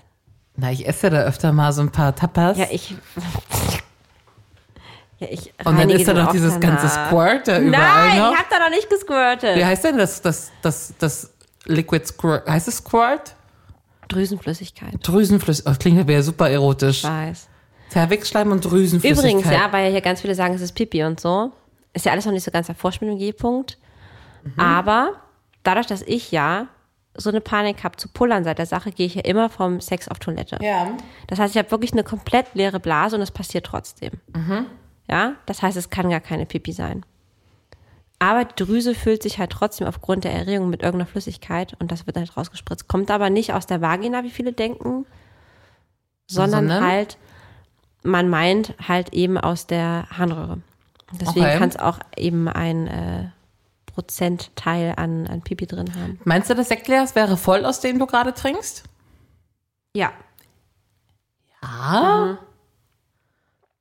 Speaker 3: Na, ich esse ja da öfter mal so ein paar Tapas.
Speaker 2: Ja, ich. ja, ich
Speaker 3: Und dann
Speaker 2: reinige
Speaker 3: ist da
Speaker 2: den
Speaker 3: noch dieses
Speaker 2: auch
Speaker 3: ganze
Speaker 2: danach.
Speaker 3: Squirt da überall ne?
Speaker 2: Nein,
Speaker 3: noch.
Speaker 2: ich hab da noch nicht gesquirtet.
Speaker 3: Wie heißt denn das, das, das, das Liquid Squirt? Heißt es Squirt?
Speaker 2: Drüsenflüssigkeit.
Speaker 3: Drüsenflüssigkeit. Oh, das klingt ja wieder super erotisch.
Speaker 2: Weiß.
Speaker 3: Zervixschleim und Drüsenflüssigkeit.
Speaker 2: Übrigens, ja, weil ja hier ganz viele sagen, es ist Pipi und so, ist ja alles noch nicht so ganz erforscht mit dem G-Punkt. Aber dadurch, dass ich ja so eine Panik habe zu pullern seit der Sache, gehe ich ja immer vom Sex auf Toilette.
Speaker 3: Ja.
Speaker 2: Das heißt, ich habe wirklich eine komplett leere Blase und es passiert trotzdem. Ja, das heißt, es kann gar keine Pipi sein. Aber die Drüse füllt sich halt trotzdem aufgrund der Erregung mit irgendeiner Flüssigkeit und das wird halt rausgespritzt. Kommt aber nicht aus der Vagina, wie viele denken, sondern,
Speaker 3: Sondern?
Speaker 2: halt, man meint halt eben aus der Harnröhre. Deswegen
Speaker 3: Okay.
Speaker 2: kann es auch eben ein äh, Prozentteil an, an Pipi drin haben.
Speaker 3: Meinst du, das Sektglas wäre voll, aus dem du gerade trinkst?
Speaker 2: Ja. Mhm.
Speaker 3: Ah.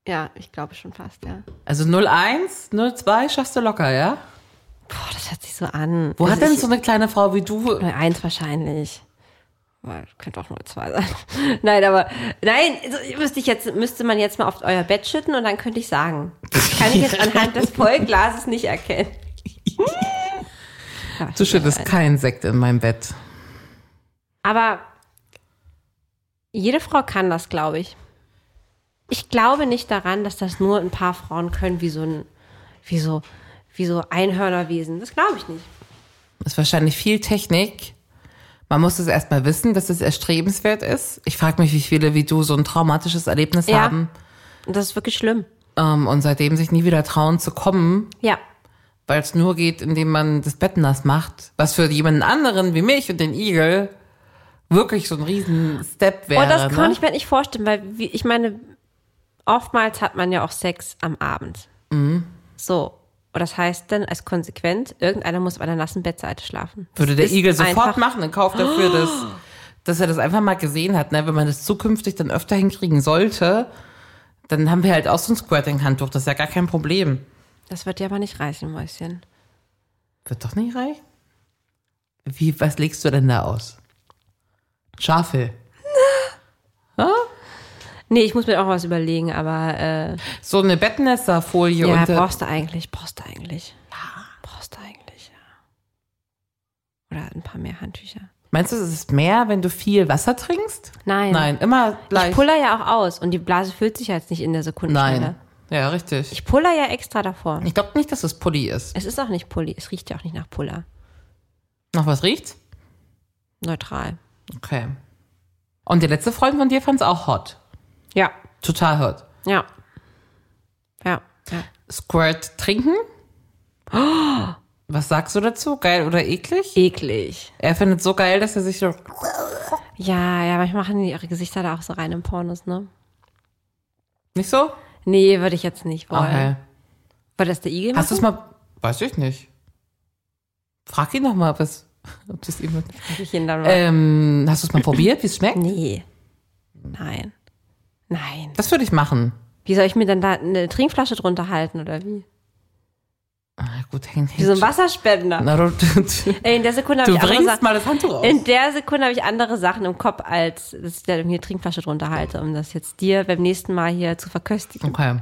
Speaker 2: Ja, ich glaube schon fast, ja.
Speaker 3: Also 01, 02 schaffst du locker, ja?
Speaker 2: Boah, das hört sich so an.
Speaker 3: Wo
Speaker 2: Also
Speaker 3: hat denn
Speaker 2: ich-
Speaker 3: so eine kleine Frau wie du
Speaker 2: Nur eins wahrscheinlich. Weil, Könnte auch nur zwei sein. Nein, aber nein, also müsste ich jetzt, müsste man jetzt mal auf euer Bett schütten und dann könnte ich sagen. Das kann ich jetzt anhand des Vollglases nicht erkennen.
Speaker 3: Du schüttest keinen Sekt in meinem Bett.
Speaker 2: Aber jede Frau kann das, glaube ich. Ich glaube nicht daran, dass das nur ein paar Frauen können, wie so ein, wie so, wie so Einhörnerwesen. Das glaube ich nicht.
Speaker 3: Ist wahrscheinlich viel Technik. Man muss es erstmal wissen, dass es erstrebenswert ist. Ich frage mich, wie viele wie du so ein traumatisches Erlebnis
Speaker 2: Ja.
Speaker 3: haben
Speaker 2: Und das ist wirklich schlimm.
Speaker 3: ähm, und seitdem sich nie wieder trauen zu kommen,
Speaker 2: Ja.
Speaker 3: weil es nur geht, indem man das Bett nass macht. Was für jemanden anderen wie mich und den Igel wirklich so ein riesen Step wäre.
Speaker 2: Oh, das kann
Speaker 3: ne?
Speaker 2: ich mir nicht vorstellen, weil wie,
Speaker 3: Mhm.
Speaker 2: ich meine, oftmals hat man ja auch Sex am Abend. So. Und das heißt dann als Konsequenz, irgendeiner muss auf einer nassen Bettseite schlafen.
Speaker 3: Würde der
Speaker 2: Ist
Speaker 3: Igel sofort
Speaker 2: einfach-
Speaker 3: machen, in Kauf dafür, dass, dass er das einfach mal gesehen hat. Ne? Wenn man das zukünftig dann öfter hinkriegen sollte, dann haben wir halt auch so ein Squirting-Handtuch. Das ist ja gar kein Problem.
Speaker 2: Das wird dir aber nicht reichen, Mäuschen.
Speaker 3: Wird doch nicht reich? Wie, was legst du denn da aus? Schafel.
Speaker 2: Nee, ich muss mir auch was überlegen, aber äh,
Speaker 3: So eine Bettnässerfolie äh,
Speaker 2: ja,
Speaker 3: unter.
Speaker 2: brauchst du eigentlich, brauchst du eigentlich. Ja. Brauchst du eigentlich, ja. Oder ein paar mehr Handtücher.
Speaker 3: Meinst du, es ist mehr, wenn du viel Wasser trinkst?
Speaker 2: Nein.
Speaker 3: Nein, immer
Speaker 2: Ich
Speaker 3: gleich.
Speaker 2: puller ja auch aus und die Blase füllt sich ja jetzt nicht in der Sekunde.
Speaker 3: Nein. Ja, richtig. Ich,
Speaker 2: Ich puller ja extra davor.
Speaker 3: glaube nicht, dass es Pulli ist.
Speaker 2: Es ist auch nicht Pulli, es riecht ja auch nicht nach Puller.
Speaker 3: Noch was riecht?
Speaker 2: Neutral.
Speaker 3: Okay. Und der letzte Freund von dir fand es auch hot.
Speaker 2: Ja.
Speaker 3: Total hot.
Speaker 2: Ja. Ja. ja.
Speaker 3: Squirt trinken? Was sagst du dazu? Geil oder eklig?
Speaker 2: Eklig.
Speaker 3: Er findet so geil, dass er sich so.
Speaker 2: Ja, ja, manchmal machen die ihre Gesichter da auch so rein in Pornos, ne?
Speaker 3: Nicht so?
Speaker 2: Nee, würde ich jetzt nicht wollen.
Speaker 3: Okay.
Speaker 2: War das der Igel?
Speaker 3: Hast du es
Speaker 2: machen?
Speaker 3: mal. Weiß ich nicht. Frag ihn doch mal, ob es. Ob das ihm.
Speaker 2: Ich ihn dann mal.
Speaker 3: Ähm, hast du es mal probiert, wie es schmeckt?
Speaker 2: Nee. Nein. Nein.
Speaker 3: Das würde ich machen.
Speaker 2: Wie soll ich mir dann da eine Trinkflasche drunter halten oder wie?
Speaker 3: Ah, gut, hängt.
Speaker 2: Wie so ein Wasserspender.
Speaker 3: Na, du, du,
Speaker 2: Ey, in der Sekunde habe
Speaker 3: du
Speaker 2: ich andere
Speaker 3: bringst
Speaker 2: Sachen.
Speaker 3: mal das Handtuch raus.
Speaker 2: In der Sekunde habe ich andere Sachen im Kopf, als dass ich da irgendwie eine Trinkflasche drunter halte, um das jetzt dir beim nächsten Mal hier zu verköstigen.
Speaker 3: Okay.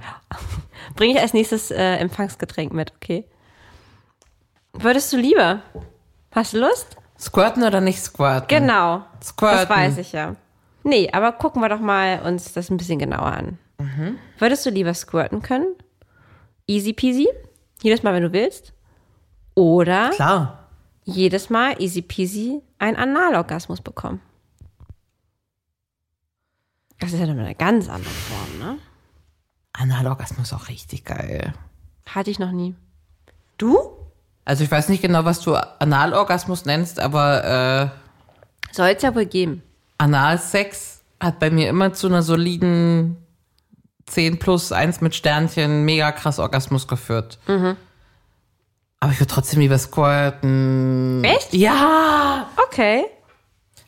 Speaker 2: Bringe ich als nächstes äh, Empfangsgetränk mit, okay? Würdest du lieber? Hast du Lust?
Speaker 3: Squirten oder nicht squirten?
Speaker 2: Genau.
Speaker 3: Squirten.
Speaker 2: Das weiß ich ja. Nee, aber gucken wir doch mal uns das ein bisschen genauer an. Würdest du lieber squirten können? Easy peasy. Jedes Mal, wenn du willst. Oder
Speaker 3: Klar.
Speaker 2: jedes Mal easy peasy einen Analorgasmus bekommen. Das ist ja nochmal eine ganz andere Form, ne?
Speaker 3: Analogasmus ist auch richtig geil.
Speaker 2: Hatte ich noch nie. Du?
Speaker 3: Also ich weiß nicht genau, was du Analorgasmus nennst, aber äh,
Speaker 2: Soll es ja wohl geben.
Speaker 3: Analsex hat bei mir immer zu einer soliden 10 plus 1 mit Sternchen mega krass Orgasmus geführt.
Speaker 2: Mhm.
Speaker 3: Aber ich würde trotzdem lieber squirten.
Speaker 2: Echt?
Speaker 3: Ja!
Speaker 2: Okay.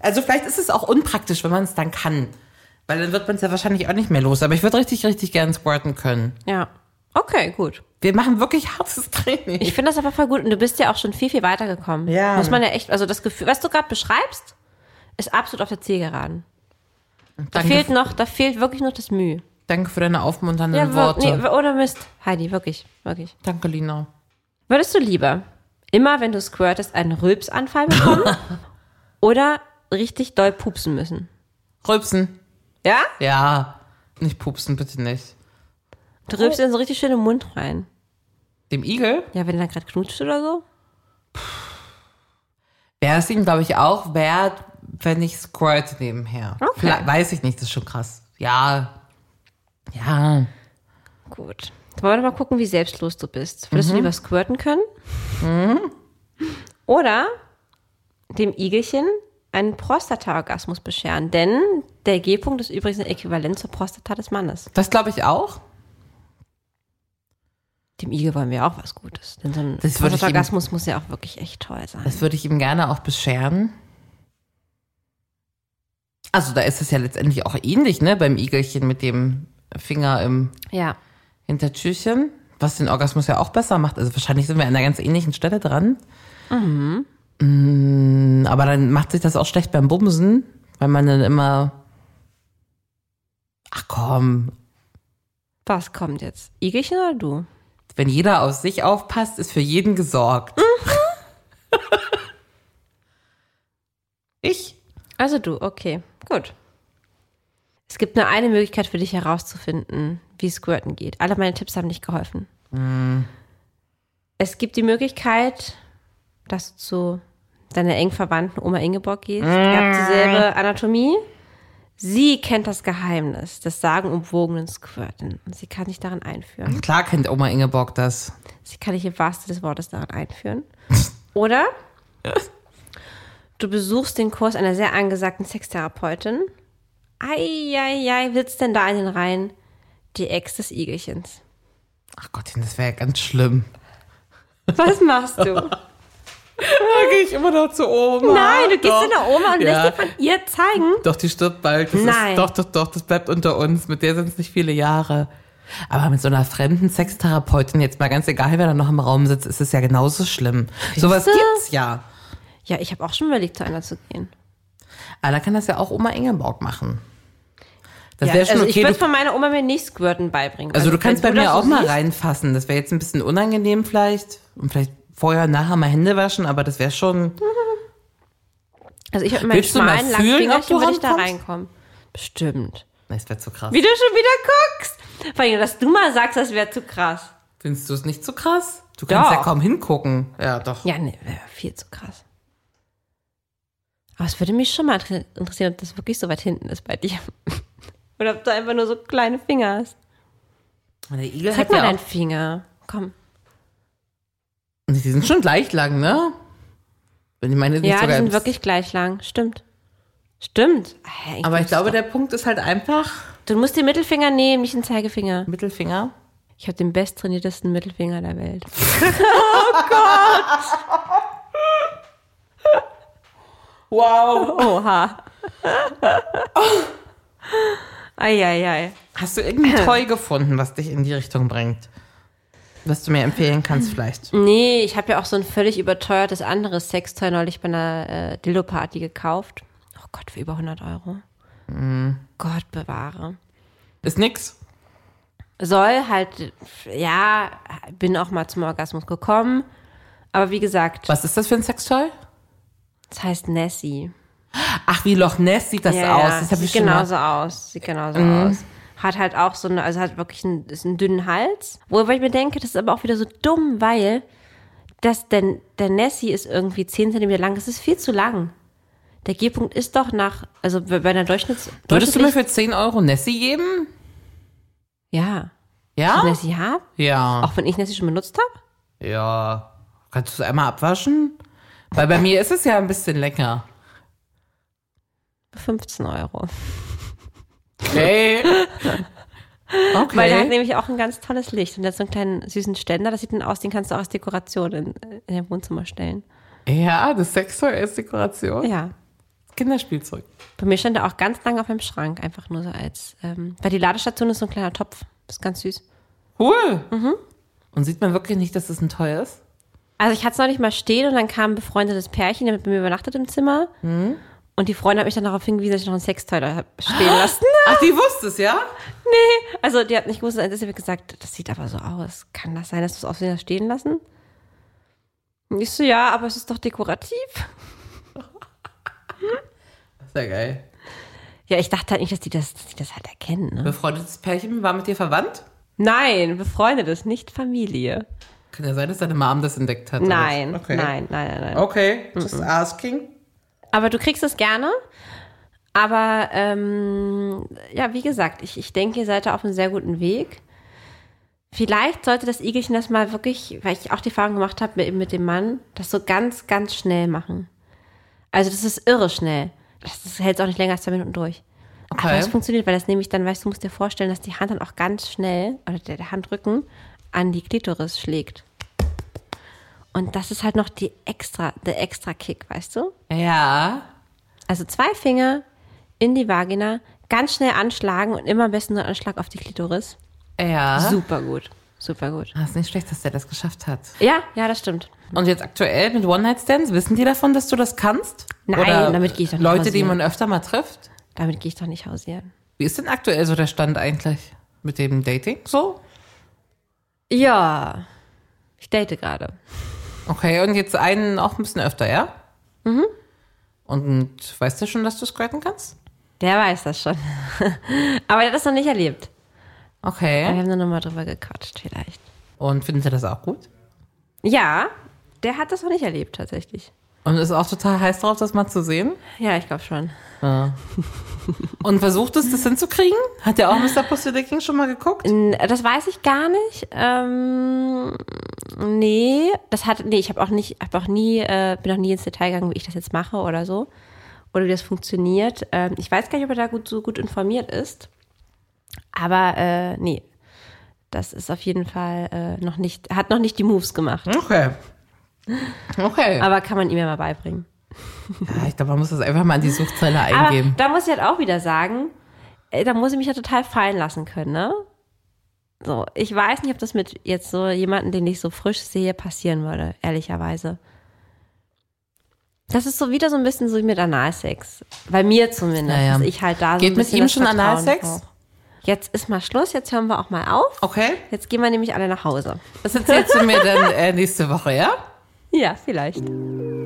Speaker 3: Also vielleicht ist es auch unpraktisch, wenn man es dann kann. Weil dann wird man es ja wahrscheinlich auch nicht mehr los. Aber ich würde richtig, richtig gern squirten können.
Speaker 2: Ja. Okay, gut.
Speaker 3: Wir machen wirklich hartes Training.
Speaker 2: Ich finde das aber voll gut und du bist ja auch schon viel, viel weitergekommen.
Speaker 3: Ja.
Speaker 2: Muss man ja echt, also das Gefühl, was du gerade beschreibst, ist absolut auf der Zielgeraden. Da
Speaker 3: Danke
Speaker 2: fehlt
Speaker 3: f-
Speaker 2: noch, da fehlt wirklich noch das Mühe.
Speaker 3: Danke für deine aufmunternden
Speaker 2: wir-
Speaker 3: Worte.
Speaker 2: nee, oder Mist. Heidi, wirklich, wirklich.
Speaker 3: Danke, Lina.
Speaker 2: Würdest du lieber immer, wenn du squirtest, einen Rülpsanfall bekommen oder richtig doll pupsen müssen?
Speaker 3: Rülpsen.
Speaker 2: Ja?
Speaker 3: Ja. Nicht pupsen, bitte nicht.
Speaker 2: Du rülpst in so richtig schön im Mund rein.
Speaker 3: Dem Igel
Speaker 2: Ja, wenn du dann gerade knutscht oder so.
Speaker 3: wäre es ihm, glaube ich, auch wert, wenn ich squirt nebenher.
Speaker 2: Okay.
Speaker 3: Vielleicht- weiß ich nicht, das ist schon krass. Ja. Ja.
Speaker 2: Gut. Jetzt wollen wir doch mal gucken, wie selbstlos du bist. Würdest
Speaker 3: Mhm.
Speaker 2: du lieber squirten können? Oder dem Igelchen einen Prostata-Orgasmus bescheren? Denn der G-Punkt ist übrigens ein Äquivalent zur Prostata des Mannes.
Speaker 3: Das glaube ich auch.
Speaker 2: Dem Igel wollen wir auch was Gutes. Denn so ein
Speaker 3: Das würde ich ihm-
Speaker 2: Prostata-Orgasmus muss ja auch wirklich echt toll sein.
Speaker 3: Das würde ich ihm gerne auch bescheren. Also da ist es ja letztendlich auch ähnlich, ne? Beim Igelchen mit dem Finger im
Speaker 2: Ja.
Speaker 3: Hintertürchen, was den Orgasmus ja auch besser macht. Also wahrscheinlich sind wir an einer ganz ähnlichen Stelle dran. Mhm. Mm, Aber dann macht sich das auch schlecht beim Bumsen, weil man dann immer. Ach komm,
Speaker 2: Was kommt jetzt? Igelchen oder du?
Speaker 3: wenn jeder auf sich aufpasst, ist für jeden gesorgt. ich?
Speaker 2: Also du, okay. Gut. Es gibt nur eine Möglichkeit für dich herauszufinden, wie Squirten geht. Alle meine Tipps haben nicht geholfen. Es gibt die Möglichkeit, dass du zu deiner eng verwandten Oma Ingeborg gehst. Ihr habt dieselbe Anatomie. Sie kennt das Geheimnis des sagenumwogenen Squirten. Und sie kann dich darin einführen.
Speaker 3: Klar kennt Oma Ingeborg das.
Speaker 2: Sie kann dich im wahrsten des Wortes daran einführen. Oder du besuchst den Kurs einer sehr angesagten Sextherapeutin. Eieiei, sitzt denn da in den Reihen die Ex des Igelchens.
Speaker 3: Ach Gottchen, das wäre ja ganz schlimm.
Speaker 2: Was machst du?
Speaker 3: Da gehe ich immer noch zu Oma.
Speaker 2: Nein, du gehst
Speaker 3: Doch.
Speaker 2: zu einer Oma und
Speaker 3: Ja.
Speaker 2: lässt dir von ihr zeigen.
Speaker 3: Doch, die stirbt bald. Das
Speaker 2: Nein.
Speaker 3: Ist, doch, doch, doch, das bleibt unter uns. Mit der sind es nicht viele Jahre. Aber mit so einer fremden Sextherapeutin, jetzt mal ganz egal, wer da noch im Raum sitzt, ist es ja genauso schlimm. Sowas
Speaker 2: du?
Speaker 3: gibt's ja.
Speaker 2: Ja, ich habe auch schon überlegt, zu einer zu gehen.
Speaker 3: Aber da kann das ja auch Oma Ingeborg machen. Das
Speaker 2: Ja,
Speaker 3: wäre schon
Speaker 2: also ich
Speaker 3: okay.
Speaker 2: würde
Speaker 3: du,
Speaker 2: von meiner Oma mir nicht Squirten beibringen.
Speaker 3: also du kannst bei
Speaker 2: wenn
Speaker 3: mir
Speaker 2: das
Speaker 3: auch
Speaker 2: so
Speaker 3: mal
Speaker 2: siehst-
Speaker 3: reinfassen. Das wäre jetzt ein bisschen unangenehm vielleicht. Und vielleicht vorher, nachher mal Hände waschen, aber das wäre schon...
Speaker 2: Also ich würde mit meinen
Speaker 3: Willst du mal
Speaker 2: schmalen
Speaker 3: fühlen, ob
Speaker 2: Lackfingerchen
Speaker 3: du
Speaker 2: würde ich da
Speaker 3: rankommst?
Speaker 2: reinkommen. Bestimmt.
Speaker 3: Nein, Das wäre zu krass.
Speaker 2: Wie du schon wieder guckst. Vor allem, dass du mal sagst, das wäre zu krass.
Speaker 3: Findest du es nicht zu krass? Du kannst ja
Speaker 2: Doch.
Speaker 3: kaum hingucken. Ja, doch.
Speaker 2: Ja, nee, wäre viel zu krass. Aber es würde mich schon mal inter- interessieren, ob das wirklich so weit hinten ist bei dir. Oder ob du einfach nur so kleine Finger hast.
Speaker 3: Und Der Igel
Speaker 2: Zeig
Speaker 3: hat
Speaker 2: mal
Speaker 3: ja auch
Speaker 2: deinen Finger. Komm.
Speaker 3: Und Die sind schon gleich lang, ne? Wenn ich meine, nicht
Speaker 2: Ja, die
Speaker 3: sogar
Speaker 2: sind
Speaker 3: im-
Speaker 2: wirklich gleich lang. Stimmt. Stimmt. Hä,
Speaker 3: Aber ich
Speaker 2: muss
Speaker 3: glaube,
Speaker 2: doch-
Speaker 3: der Punkt ist halt einfach
Speaker 2: du musst den Mittelfinger nehmen, nicht den Zeigefinger.
Speaker 3: Mittelfinger.
Speaker 2: Ich habe den besttrainiertesten Mittelfinger der Welt.
Speaker 3: Wow.
Speaker 2: Oha. Oh. Eieiei.
Speaker 3: Hast du irgendein Toy gefunden, was dich in die Richtung bringt? Was du mir empfehlen kannst vielleicht?
Speaker 2: Nee, ich habe ja auch so ein völlig überteuertes anderes Sextoy neulich bei einer äh, Dillo-Party gekauft. Oh Gott, für über 100 Euro. Gott bewahre.
Speaker 3: Ist nix.
Speaker 2: Soll halt, ja, bin auch mal zum Orgasmus gekommen. Aber wie gesagt,
Speaker 3: Was ist das für ein Sextoy?
Speaker 2: das heißt Nessie.
Speaker 3: Ach, wie Loch Ness sieht das
Speaker 2: Ja,
Speaker 3: aus.
Speaker 2: ja,
Speaker 3: Das habe ich
Speaker 2: sieht genau
Speaker 3: schon mal. Mhm.
Speaker 2: genauso aus. Sieht genauso aus. Hat halt auch so eine, also hat wirklich einen, ist einen dünnen Hals. Wobei ich mir denke, das ist aber auch wieder so dumm, weil das denn, der Nessie ist irgendwie 10 cm lang. Das ist viel zu lang. Der G-Punkt ist doch nach, also bei bei einer Durchschnitts.
Speaker 3: Würdest du mir
Speaker 2: durchschnittlich-
Speaker 3: für 10 Euro Nessie geben?
Speaker 2: Ja.
Speaker 3: Ja?
Speaker 2: Nessie haben?
Speaker 3: Ja.
Speaker 2: Auch wenn ich Nessie schon benutzt habe?
Speaker 3: Ja. Kannst du es einmal abwaschen? Weil bei mir ist es ja ein bisschen lecker.
Speaker 2: 15 Euro.
Speaker 3: Okay. Okay.
Speaker 2: Weil der hat nämlich auch ein ganz tolles Licht und der hat so einen kleinen süßen Ständer. Das sieht dann aus, den kannst du auch als Dekoration in, in dein Wohnzimmer stellen.
Speaker 3: ja, das Sextoy als Dekoration.
Speaker 2: Ja.
Speaker 3: Kinderspielzeug.
Speaker 2: Bei mir stand er auch ganz lange auf meinem Schrank, einfach nur so als. Ähm, weil die Ladestation ist so ein kleiner Topf. Ist ganz süß.
Speaker 3: Cool.
Speaker 2: Mhm.
Speaker 3: Und sieht man wirklich nicht, dass es ein teuer ist?
Speaker 2: Also ich hatte es noch nicht mal stehen und dann kam ein befreundetes Pärchen, der mit mir übernachtet im Zimmer. Und die Freundin hat mich dann darauf hingewiesen, dass ich noch einen Sextoy da hab stehen lassen.
Speaker 3: Ach, die wusste es, ja?
Speaker 2: nee. Also die hat nicht gewusst, dass sie mir gesagt, das sieht aber so aus. Kann das sein, dass du es aus Versehen hast stehen lassen? Und ich so, ja, aber es ist doch dekorativ.
Speaker 3: Sehr geil.
Speaker 2: Ja, ich dachte halt nicht, dass die das, dass die das halt erkennen. Ne?
Speaker 3: Befreundetes Pärchen war mit dir verwandt?
Speaker 2: Nein, befreundetes, nicht Familie.
Speaker 3: Kann ja sein, dass deine Mom das entdeckt hat. oder? Mhm.
Speaker 2: Nein,
Speaker 3: Okay.
Speaker 2: nein, nein, nein, nein.
Speaker 3: Okay, just asking.
Speaker 2: Aber du kriegst es gerne. Aber ähm, ja, wie gesagt, ich, ich denke, ihr seid da auf einem sehr guten Weg. Vielleicht sollte das Igelchen das mal wirklich, weil ich auch die Erfahrung gemacht habe mit, eben mit dem Mann, das so ganz, ganz schnell machen. Also das ist irre schnell. Das, das hält auch nicht länger als zwei Minuten durch. Aber
Speaker 3: Okay.
Speaker 2: es funktioniert, weil das nämlich dann, weißt du, musst dir vorstellen, dass die Hand dann auch ganz schnell, oder der, der Handrücken, an die Klitoris schlägt. Und das ist halt noch die extra, der extra Kick, weißt du?
Speaker 3: Ja.
Speaker 2: Also zwei Finger in die Vagina, ganz schnell anschlagen und immer am besten so einen Anschlag auf die Klitoris.
Speaker 3: Ja.
Speaker 2: Super gut. Super gut.
Speaker 3: Ah, ist nicht schlecht, dass der das geschafft hat.
Speaker 2: Ja, ja, das stimmt.
Speaker 3: Und jetzt aktuell mit One-Night-Stands, wissen die davon, dass du das kannst?
Speaker 2: Nein,
Speaker 3: Oder
Speaker 2: damit gehe ich doch nicht
Speaker 3: Leute, die
Speaker 2: hausieren.
Speaker 3: man öfter mal trifft?
Speaker 2: Damit gehe ich doch nicht hausieren.
Speaker 3: Wie ist denn aktuell so der Stand eigentlich mit dem Dating? So?
Speaker 2: Ja. Ich date gerade.
Speaker 3: Okay, und jetzt einen auch ein bisschen öfter, ja? Mhm. Und weißt du schon, dass du squirten kannst?
Speaker 2: Der weiß das schon. Aber der hat das noch nicht erlebt. Wir
Speaker 3: Okay.
Speaker 2: haben da nochmal drüber gequatscht, vielleicht.
Speaker 3: Und findet ihr das auch gut?
Speaker 2: Ja, der hat das noch nicht erlebt, tatsächlich.
Speaker 3: Und ist auch total heiß drauf, das mal zu sehen?
Speaker 2: Ja, ich glaube schon.
Speaker 3: Und versucht es, das hinzukriegen? Hat der auch Mr. Postle-Dicking schon mal geguckt?
Speaker 2: Ah. N- Das weiß ich gar nicht. Ähm, nee, das hat, nee, ich habe auch nicht, habe auch nie, äh, bin auch nie ins Detail gegangen, wie ich das jetzt mache oder so. Oder wie das funktioniert. Ähm, ich weiß gar nicht, ob er da gut, so gut informiert ist. Aber äh, nee, das ist auf jeden Fall äh, noch nicht, hat noch nicht die Moves gemacht.
Speaker 3: Okay. Okay.
Speaker 2: Aber kann man ihm ja mal beibringen.
Speaker 3: ja, ich glaube, man muss das einfach mal in die Suchzeile
Speaker 2: Aber
Speaker 3: eingeben.
Speaker 2: da muss ich halt auch wieder sagen, äh, da muss ich mich ja total fallen lassen können, ne? So, ich weiß nicht, ob das mit jetzt so jemanden, den ich so frisch sehe, passieren würde, ehrlicherweise. Das ist so wieder so ein bisschen so wie mit Analsex. Bei mir zumindest.
Speaker 3: Naja.
Speaker 2: dass Ich halt da so
Speaker 3: Geht
Speaker 2: ein
Speaker 3: mit
Speaker 2: bisschen
Speaker 3: ihm
Speaker 2: das
Speaker 3: schon
Speaker 2: Vertrauen
Speaker 3: Analsex?
Speaker 2: brauche. Jetzt ist mal Schluss, jetzt hören wir auch mal auf.
Speaker 3: Okay.
Speaker 2: Jetzt gehen wir nämlich alle nach Hause.
Speaker 3: Das erzählst du mir dann äh, nächste Woche, ja?
Speaker 2: Ja, vielleicht.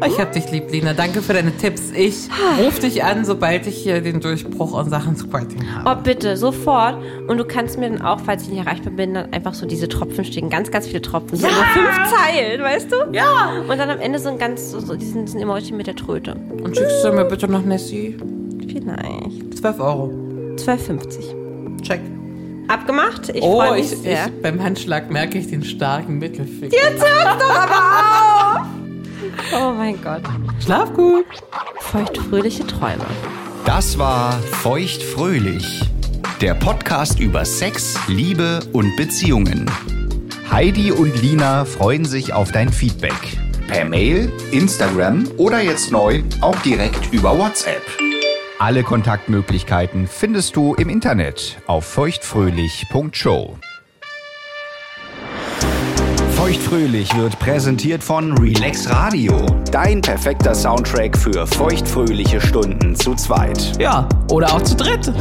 Speaker 3: Ich hab dich lieb, Lina. Danke für deine Tipps. Ich ruf dich an, sobald ich hier den Durchbruch und Sachen Squirting habe.
Speaker 2: Oh, bitte, sofort. Und du kannst mir dann auch, falls ich nicht erreichbar bin, dann einfach so diese Tropfen schicken. Ganz, ganz viele Tropfen. So nur fünf Zeilen, weißt du? Ja. Und dann am Ende so ein ganz, so, so diesen, diesen Emoji mit der Tröte.
Speaker 3: Und schickst du mir bitte noch Nessie?
Speaker 2: Vielleicht.
Speaker 3: 12 Euro.
Speaker 2: 12,50.
Speaker 3: Check.
Speaker 2: Abgemacht? Ich
Speaker 3: Oh,
Speaker 2: freue mich
Speaker 3: ich,
Speaker 2: sehr.
Speaker 3: ich, beim Handschlag merke ich den starken Mittelfinger.
Speaker 2: Jetzt hört's doch aber auf! Oh mein Gott.
Speaker 3: Schlaf gut.
Speaker 2: Feuchtfröhliche Träume.
Speaker 1: Das war Feuchtfröhlich, der Podcast über Sex, Liebe und Beziehungen. Heidi und Lina freuen sich auf dein Feedback. Per Mail, Instagram oder jetzt neu auch direkt über WhatsApp. Alle Kontaktmöglichkeiten findest du im Internet auf feuchtfröhlich.show. Feuchtfröhlich wird präsentiert von Relax Radio. Dein perfekter Soundtrack für feuchtfröhliche Stunden zu zweit.
Speaker 3: Ja, oder auch zu dritt.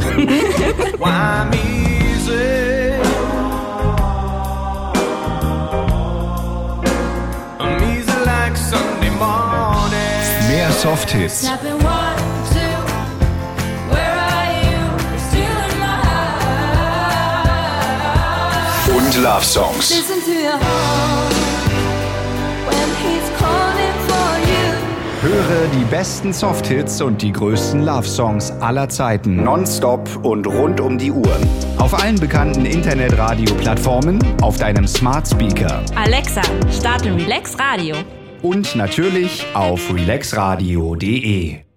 Speaker 1: Mehr Softhits, und Love Songs. Höre die besten Softhits und die größten Love Songs aller Zeiten nonstop und rund um die Uhr auf allen bekannten Internetradio-Plattformen, auf deinem Smart Speaker
Speaker 2: Alexa, starte Relax Radio.
Speaker 1: und natürlich auf relaxradio.de.